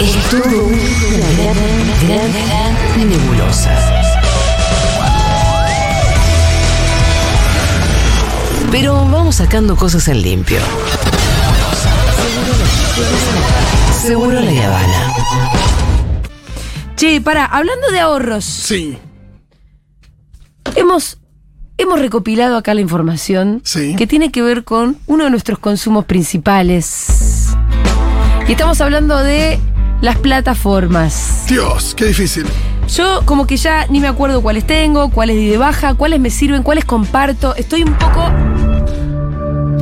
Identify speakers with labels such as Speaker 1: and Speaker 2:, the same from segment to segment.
Speaker 1: Es todo una gran, gran, gran nebulosa. Pero vamos sacando cosas en limpio. Seguro la Habana.
Speaker 2: Che, para, hablando de ahorros,
Speaker 3: Sí,
Speaker 2: hemos, hemos recopilado acá la información
Speaker 3: Sí.
Speaker 2: que tiene que ver con uno de nuestros consumos principales. Y estamos hablando de las plataformas.
Speaker 3: Dios, qué difícil.
Speaker 2: Yo como que ya ni me acuerdo cuáles tengo, cuáles di de baja, cuáles me sirven, cuáles comparto. Estoy un poco...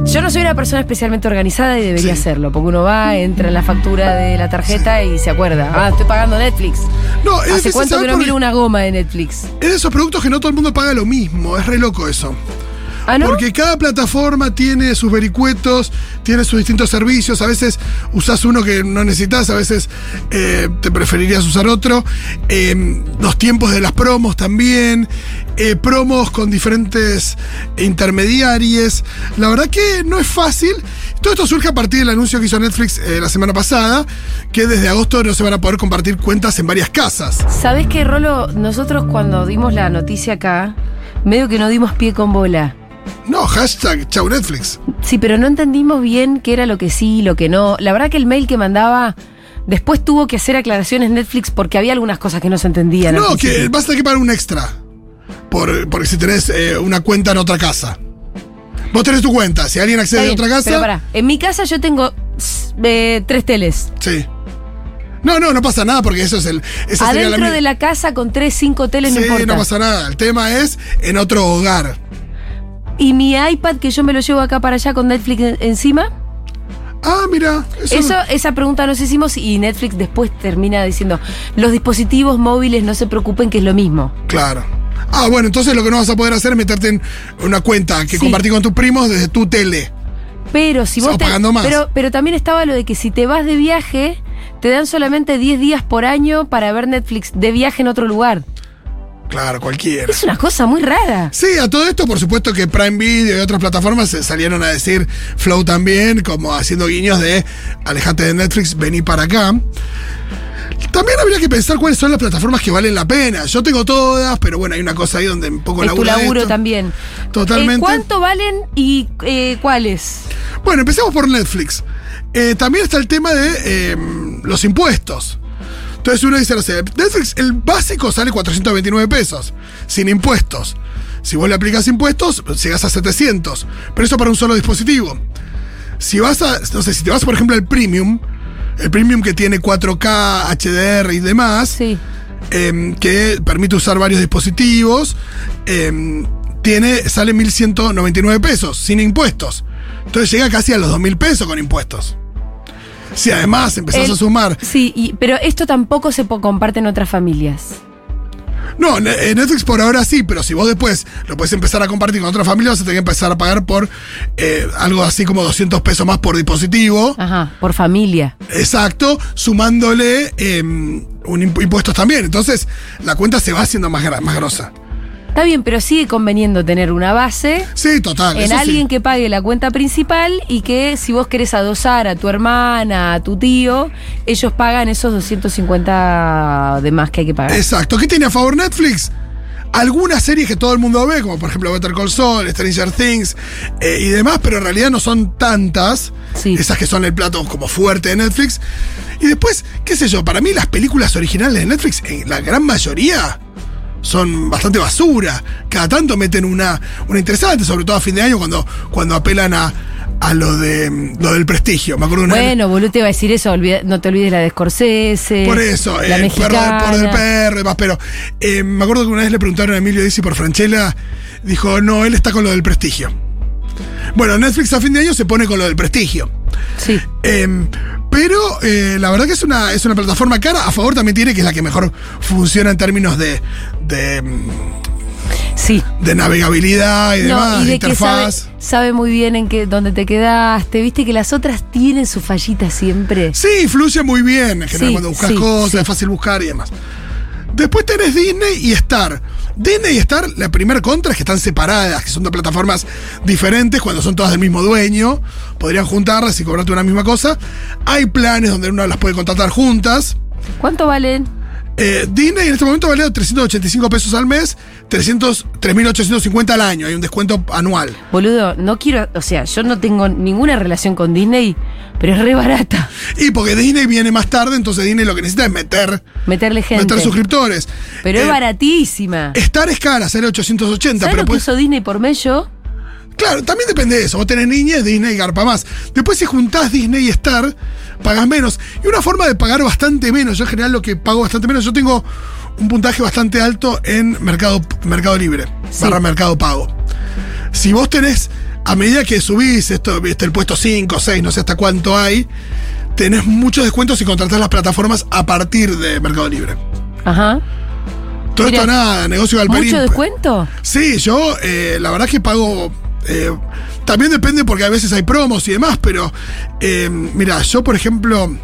Speaker 2: Yo no soy una persona especialmente organizada y debería
Speaker 3: Sí.
Speaker 2: serlo, porque uno va, entra en la factura de la tarjeta y se acuerda. Ah, estoy pagando Netflix.
Speaker 3: No, es
Speaker 2: ¿Hace
Speaker 3: difícil
Speaker 2: cuánto
Speaker 3: saber
Speaker 2: que no
Speaker 3: porque
Speaker 2: miro una goma de Netflix?
Speaker 3: Es de esos productos que no todo el mundo paga lo mismo, es re loco eso.
Speaker 2: ¿Ah, no?
Speaker 3: Porque cada plataforma tiene sus vericuetos, tiene sus distintos servicios. A veces usás uno que no necesitas, a veces eh, te preferirías usar otro. Eh, los tiempos de las promos también. eh, promos con diferentes intermediarios. La verdad que no es fácil. Todo esto surge a partir del anuncio que hizo Netflix eh, la semana pasada, que desde agosto no se van a poder compartir cuentas en varias casas.
Speaker 2: ¿Sabés qué, Rolo? Nosotros cuando dimos la noticia acá, medio que no dimos pie con bola.
Speaker 3: No, hashtag chau Netflix.
Speaker 2: Sí, pero no entendimos bien qué era lo que sí y lo que no. La verdad que el mail que mandaba después tuvo que hacer aclaraciones Netflix porque había algunas cosas que no se entendían. al
Speaker 3: No, que
Speaker 2: principio.
Speaker 3: vas a tener que pagar un extra. Por, porque si tenés eh, una cuenta en otra casa. Vos tenés tu cuenta. Si alguien accede
Speaker 2: Está
Speaker 3: a
Speaker 2: bien,
Speaker 3: otra casa.
Speaker 2: Pero pará, en mi casa yo tengo s- eh, tres teles.
Speaker 3: Sí. No, no, no pasa nada porque eso es el. Esa sería
Speaker 2: Adentro
Speaker 3: la, mi-
Speaker 2: de la casa con tres, cinco teles, no
Speaker 3: Sí,
Speaker 2: importa.
Speaker 3: no pasa nada. El tema es en otro hogar.
Speaker 2: Y mi iPad que yo me lo llevo acá para allá con Netflix en- encima.
Speaker 3: Ah, mira. Eso.
Speaker 2: Eso, esa pregunta nos hicimos y Netflix después termina diciendo, los dispositivos móviles no se preocupen que es lo mismo.
Speaker 3: Claro. Ah, bueno, entonces lo que no vas a poder hacer es meterte en una cuenta que
Speaker 2: Sí.
Speaker 3: compartís con tus primos desde tu tele.
Speaker 2: Pero si
Speaker 3: Se
Speaker 2: vos
Speaker 3: va
Speaker 2: te-
Speaker 3: pagando más.
Speaker 2: Pero, pero también estaba lo de que si te vas de viaje, te dan solamente 10 días por año para ver Netflix de viaje en otro lugar.
Speaker 3: Claro, cualquiera.
Speaker 2: Es una cosa muy rara.
Speaker 3: Sí, a todo esto, por supuesto que Prime Video y otras plataformas se salieron a decir Flow también, como haciendo guiños de alejate de Netflix, vení para acá. También habría que pensar cuáles son las plataformas que valen la pena. Yo tengo todas, pero bueno, hay una cosa ahí donde un poco
Speaker 2: es tu
Speaker 3: laburo de
Speaker 2: laburo
Speaker 3: esto.
Speaker 2: también.
Speaker 3: Totalmente.
Speaker 2: Eh, ¿Cuánto valen y eh, cuáles?
Speaker 3: Bueno, empecemos por Netflix. Eh, también está el tema de eh, los impuestos. Entonces uno dice, no sé, Netflix, el básico sale 429 pesos, sin impuestos. Si vos le aplicas impuestos, llegas a 700, pero eso para un solo dispositivo. Si vas a, no sé, si te vas por ejemplo al premium, el premium que tiene 4K, HDR y demás,
Speaker 2: Sí.
Speaker 3: em, que permite usar varios dispositivos, em, tiene, sale 1.199 pesos, sin impuestos. Entonces llega casi a los 2.000 pesos con impuestos. Si además empezás
Speaker 2: El-
Speaker 3: a sumar...
Speaker 2: Sí, y- pero esto tampoco se po- comparte en otras familias.
Speaker 3: No, ne- eh, Netflix por ahora sí, pero si vos después lo puedes empezar a compartir con otra familia, vas a tener que empezar a pagar por eh, algo así como 200 pesos más por dispositivo.
Speaker 2: Ajá, por familia.
Speaker 3: Exacto, sumándole em, un imp- impuestos también. Entonces la cuenta se va haciendo más, gra- más grosa.
Speaker 2: Está bien, pero sigue conveniendo tener una base.
Speaker 3: Sí, total.
Speaker 2: en
Speaker 3: eso sí.
Speaker 2: alguien que pague la cuenta principal y que si vos querés adosar a tu hermana, a tu tío, ellos pagan esos 250 de más que hay que pagar.
Speaker 3: Exacto. ¿Qué tiene a favor Netflix? Algunas series que todo el mundo ve, como por ejemplo Better Call Saul, Stranger Things eh, y demás, pero en realidad no son tantas.
Speaker 2: Sí.
Speaker 3: Esas que son el plato como fuerte de Netflix. Y después, qué sé yo, para mí las películas originales de Netflix, en la gran mayoría, son bastante basura. Cada tanto meten una, una interesante, sobre todo a fin de año cuando, cuando apelan a, a lo, de, mm, lo del prestigio. Me acuerdo una
Speaker 2: Bueno, boludo, te iba a decir eso, olvida- no te olvides la de Scorsese.
Speaker 3: Por eso,
Speaker 2: la
Speaker 3: el perro
Speaker 2: mexicana.
Speaker 3: del por del perro y más, pero eh, me acuerdo que una vez le preguntaron a Emilio Dizzi por Franchella, dijo, no, él está con lo del prestigio. Bueno, Netflix a fin de año se pone con lo del prestigio.
Speaker 2: Sí.
Speaker 3: Em, pero eh, la verdad que es una, es una plataforma cara, a favor también tiene que es la que mejor funciona en términos de, de, mm,
Speaker 2: Sí.
Speaker 3: de navegabilidad y
Speaker 2: No,
Speaker 3: demás,
Speaker 2: y de que sabe,
Speaker 3: interfaz.
Speaker 2: sabe muy bien en qué, dónde te quedaste. Viste que las otras tienen su fallita siempre.
Speaker 3: Sí, fluye muy bien en general
Speaker 2: Sí,
Speaker 3: cuando buscas
Speaker 2: sí,
Speaker 3: cosas,
Speaker 2: sí.
Speaker 3: es fácil buscar y demás. Después tenés Disney y Star. Disney y Star, la primer contra es que están separadas, que son dos plataformas diferentes, cuando son todas del mismo dueño. Podrían juntarlas y cobrarte una misma cosa. Hay planes donde una las puede contratar juntas.
Speaker 2: ¿Cuánto valen?
Speaker 3: Eh, Disney en este momento vale 385 pesos al mes, 300, 3.850 al año. Hay un descuento anual.
Speaker 2: Boludo, no quiero, o sea, yo no tengo ninguna relación con Disney, pero es re barata.
Speaker 3: Y porque Disney viene más tarde, entonces Disney lo que necesita es meter,
Speaker 2: Meterle gente.
Speaker 3: meter suscriptores.
Speaker 2: Pero es
Speaker 3: Eh,
Speaker 2: baratísima.
Speaker 3: Star es cara, sale 880,
Speaker 2: ¿Sabes
Speaker 3: pero
Speaker 2: lo que
Speaker 3: pues.
Speaker 2: usó Disney por mes yo?
Speaker 3: Claro, también depende de eso. Vos tenés niñez, Disney garpa más. Después, si juntás Disney y Star, pagás menos. Y una forma de pagar bastante menos. Yo, en general, lo que pago bastante menos. Yo tengo un puntaje bastante alto en Mercado, mercado Libre,
Speaker 2: Sí.
Speaker 3: barra Mercado Pago. Si vos tenés, a medida que subís esto, viste, el puesto 5, 6, no sé hasta cuánto hay, tenés muchos descuentos si contratás las plataformas a partir de Mercado Libre.
Speaker 2: Ajá.
Speaker 3: Todo
Speaker 2: Mirá,
Speaker 3: esto nada, negocio de
Speaker 2: ¿Mucho descuento?
Speaker 3: Sí, yo eh, la verdad es que pago. eh, también depende porque a veces hay promos y demás, pero eh, mira, yo por ejemplo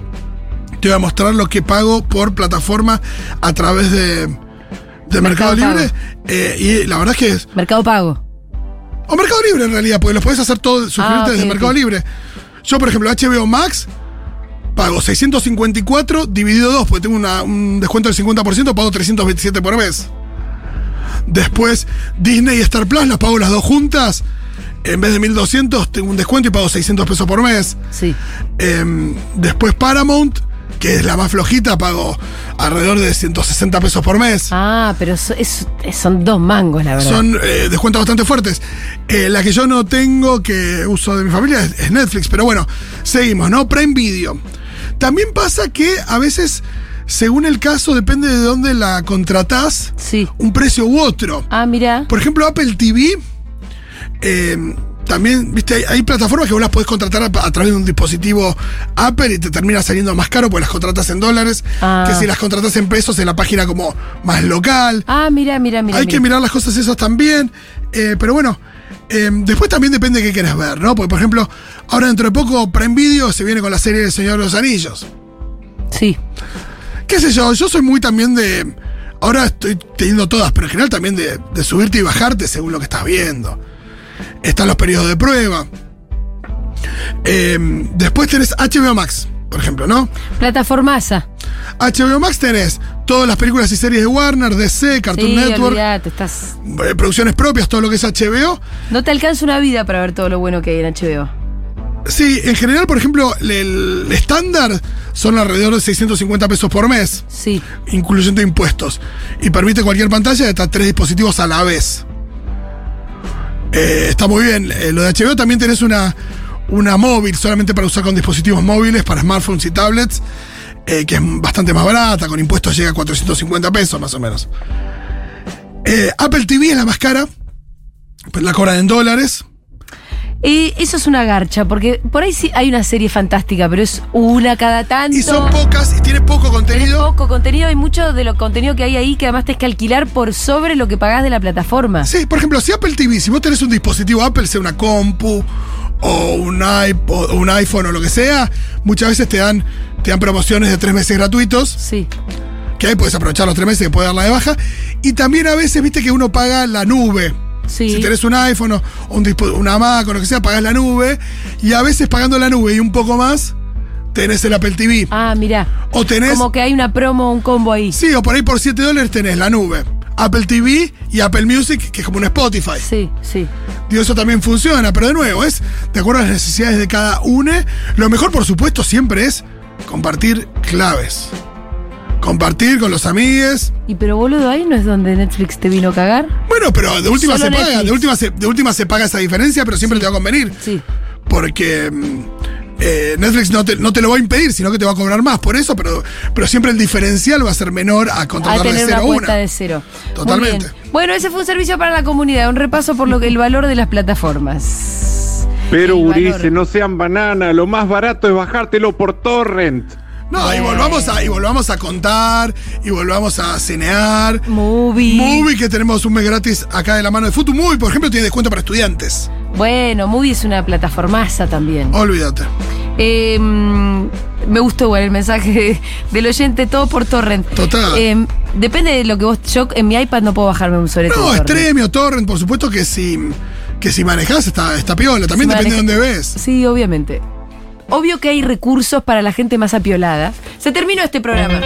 Speaker 3: te voy a mostrar lo que pago por plataforma a través de, de Mercado,
Speaker 2: Mercado Pago.
Speaker 3: Libre. eh, y la verdad es que es.
Speaker 2: Mercado Pago.
Speaker 3: O Mercado Libre en realidad, porque los podés hacer todo, suscribirte
Speaker 2: Ah, ok,
Speaker 3: desde
Speaker 2: ok.
Speaker 3: Mercado Libre. Yo, por ejemplo, HBO Max pago 654 dividido 2, porque tengo una- un descuento del 50%, pago 327 por mes. Después, Disney y Star Plus las pago las dos juntas. En vez de 1200, tengo un descuento y pago 600 pesos por mes.
Speaker 2: Sí.
Speaker 3: Em, después, Paramount, que es la más flojita, pago alrededor de 160 pesos por mes.
Speaker 2: Ah, pero so- es- son dos mangos, la verdad.
Speaker 3: Son eh, descuentos bastante fuertes. Eh, la que yo no tengo, que uso de mi familia, es, es Netflix. Pero bueno, seguimos, ¿no? Prime Video. También pasa que a veces, según el caso, depende de dónde la contratás,
Speaker 2: Sí.
Speaker 3: un precio u otro.
Speaker 2: Ah, mira.
Speaker 3: Por ejemplo, Apple TV. eh, también, viste, hay, hay plataformas que vos las podés contratar a, a través de un dispositivo Apple y te termina saliendo más caro porque las contratas en dólares
Speaker 2: Ah.
Speaker 3: que si las contratas en pesos en la página como más local.
Speaker 2: Ah, mira, mira, mira.
Speaker 3: Hay
Speaker 2: mira.
Speaker 3: que mirar las cosas esas también. eh, pero bueno, eh, después también depende de qué quieras ver, ¿no? Porque, por ejemplo, ahora dentro de poco Prime Video se viene con la serie del Señor de los Anillos.
Speaker 2: Sí.
Speaker 3: ¿Qué sé yo? Yo soy muy también de. Ahora estoy teniendo todas, pero en general también de, de subirte y bajarte según lo que estás viendo. Están los periodos de prueba. Eh, después tenés HBO Max, por ejemplo, ¿no?
Speaker 2: Plataformaza.
Speaker 3: HBO Max tenés todas las películas y series de Warner, DC, Cartoon
Speaker 2: Sí,
Speaker 3: Network,
Speaker 2: olvidate, estás.
Speaker 3: eh, producciones propias, todo lo que es HBO.
Speaker 2: No te alcanza una vida para ver todo lo bueno que hay en HBO.
Speaker 3: Sí, en general, por ejemplo, el- el estándar son alrededor de 650 pesos por mes,
Speaker 2: Sí.
Speaker 3: incluyendo impuestos, y permite cualquier pantalla de hasta tres dispositivos a la vez. Eh, está muy bien. Eh, lo de HBO también tenés una, una móvil solamente para usar con dispositivos móviles, para smartphones y tablets, eh, que es bastante más barata, con impuestos llega a 450 pesos más o menos. Eh, Apple TV es la más cara, pero la cobran en dólares.
Speaker 2: Y Eh, eso es una garcha, porque por ahí sí hay una serie fantástica, pero es una cada tanto.
Speaker 3: Y son pocas y tiene poco
Speaker 2: Tenés
Speaker 3: contenido.
Speaker 2: poco contenido, hay mucho de lo contenido que hay ahí que además tenés que alquilar por sobre lo que pagás de la plataforma.
Speaker 3: Sí, por ejemplo, si Apple TV, si vos tenés un dispositivo Apple, sea una compu o un, iPod, o un iPhone o lo que sea, muchas veces te dan, te dan promociones de tres meses gratuitos,
Speaker 2: Sí.
Speaker 3: que ahí puedes aprovechar los tres meses que puedes darla de baja. Y también a veces, viste que uno paga la nube.
Speaker 2: Sí.
Speaker 3: Si tenés un iPhone o un dispo- una Mac o lo que sea, pagás la nube. Y a veces pagando la nube y un poco más, tenés el Apple TV.
Speaker 2: Ah, mirá.
Speaker 3: o tenés.
Speaker 2: Como que hay una promo, un combo ahí.
Speaker 3: Sí, o por ahí por 7 dólares tenés la nube. Apple TV y Apple Music, que es como un Spotify.
Speaker 2: Sí, sí.
Speaker 3: Digo, eso también funciona, pero de nuevo, es de acuerdo a las necesidades de cada une. Lo mejor, por supuesto, siempre es compartir claves. Compartir con los amigues.
Speaker 2: Y pero boludo, ahí no es donde Netflix te vino a cagar.
Speaker 3: Bueno, pero de última
Speaker 2: Solo
Speaker 3: se paga,
Speaker 2: Netflix.
Speaker 3: de última se, de última se paga esa diferencia, pero siempre te va a convenir.
Speaker 2: Sí.
Speaker 3: Porque mm, eh, Netflix no te, no te lo va a impedir, sino que te va a cobrar más por eso, pero, pero siempre el diferencial va a ser menor a
Speaker 2: A
Speaker 3: contratar de
Speaker 2: tener una
Speaker 3: 0 a 1.
Speaker 2: cuenta de cero. Muy
Speaker 3: Totalmente.
Speaker 2: bien. Bueno, ese fue un servicio para la comunidad, un repaso por lo que el valor de las plataformas.
Speaker 4: Pero
Speaker 2: El valor.
Speaker 4: Urice, no sean banana, lo más barato es bajártelo por torrent.
Speaker 3: No, y
Speaker 2: Bien.
Speaker 3: volvamos, a, y volvamos a contar, y volvamos a cinear.
Speaker 2: Movie.
Speaker 3: Movie, que tenemos un mes gratis acá de la mano de Futu. Movie, por ejemplo, tiene descuento para estudiantes.
Speaker 2: Bueno, Movie es una plataformaza también.
Speaker 3: Olvídate.
Speaker 2: Eh, mm, me gustó igual el mensaje del oyente, todo por torrent.
Speaker 3: Total.
Speaker 2: Eh, Depende de lo que vos. Yo en mi iPad no puedo bajarme un sobre
Speaker 3: No, Stremio, Torrent, por supuesto que si, que si manejás está, está piola. También
Speaker 2: Si
Speaker 3: depende de
Speaker 2: maneja-
Speaker 3: dónde ves.
Speaker 2: Sí, obviamente. Obvio que hay recursos para la gente más apiolada. Se terminó este programa.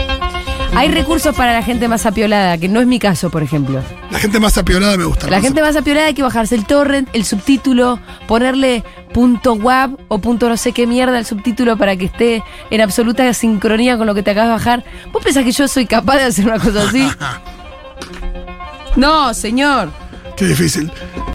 Speaker 2: Hay recursos para la gente más apiolada, que no es mi caso, por ejemplo.
Speaker 3: La gente más apiolada me gusta.
Speaker 2: La gente más apiolada hay que bajarse el torrent, el subtítulo, ponerle punto web o punto no sé qué mierda al subtítulo para que esté en absoluta sincronía con lo que te acabas de bajar. ¿Vos pensás que yo soy capaz de hacer una cosa así? No, señor.
Speaker 3: Qué difícil.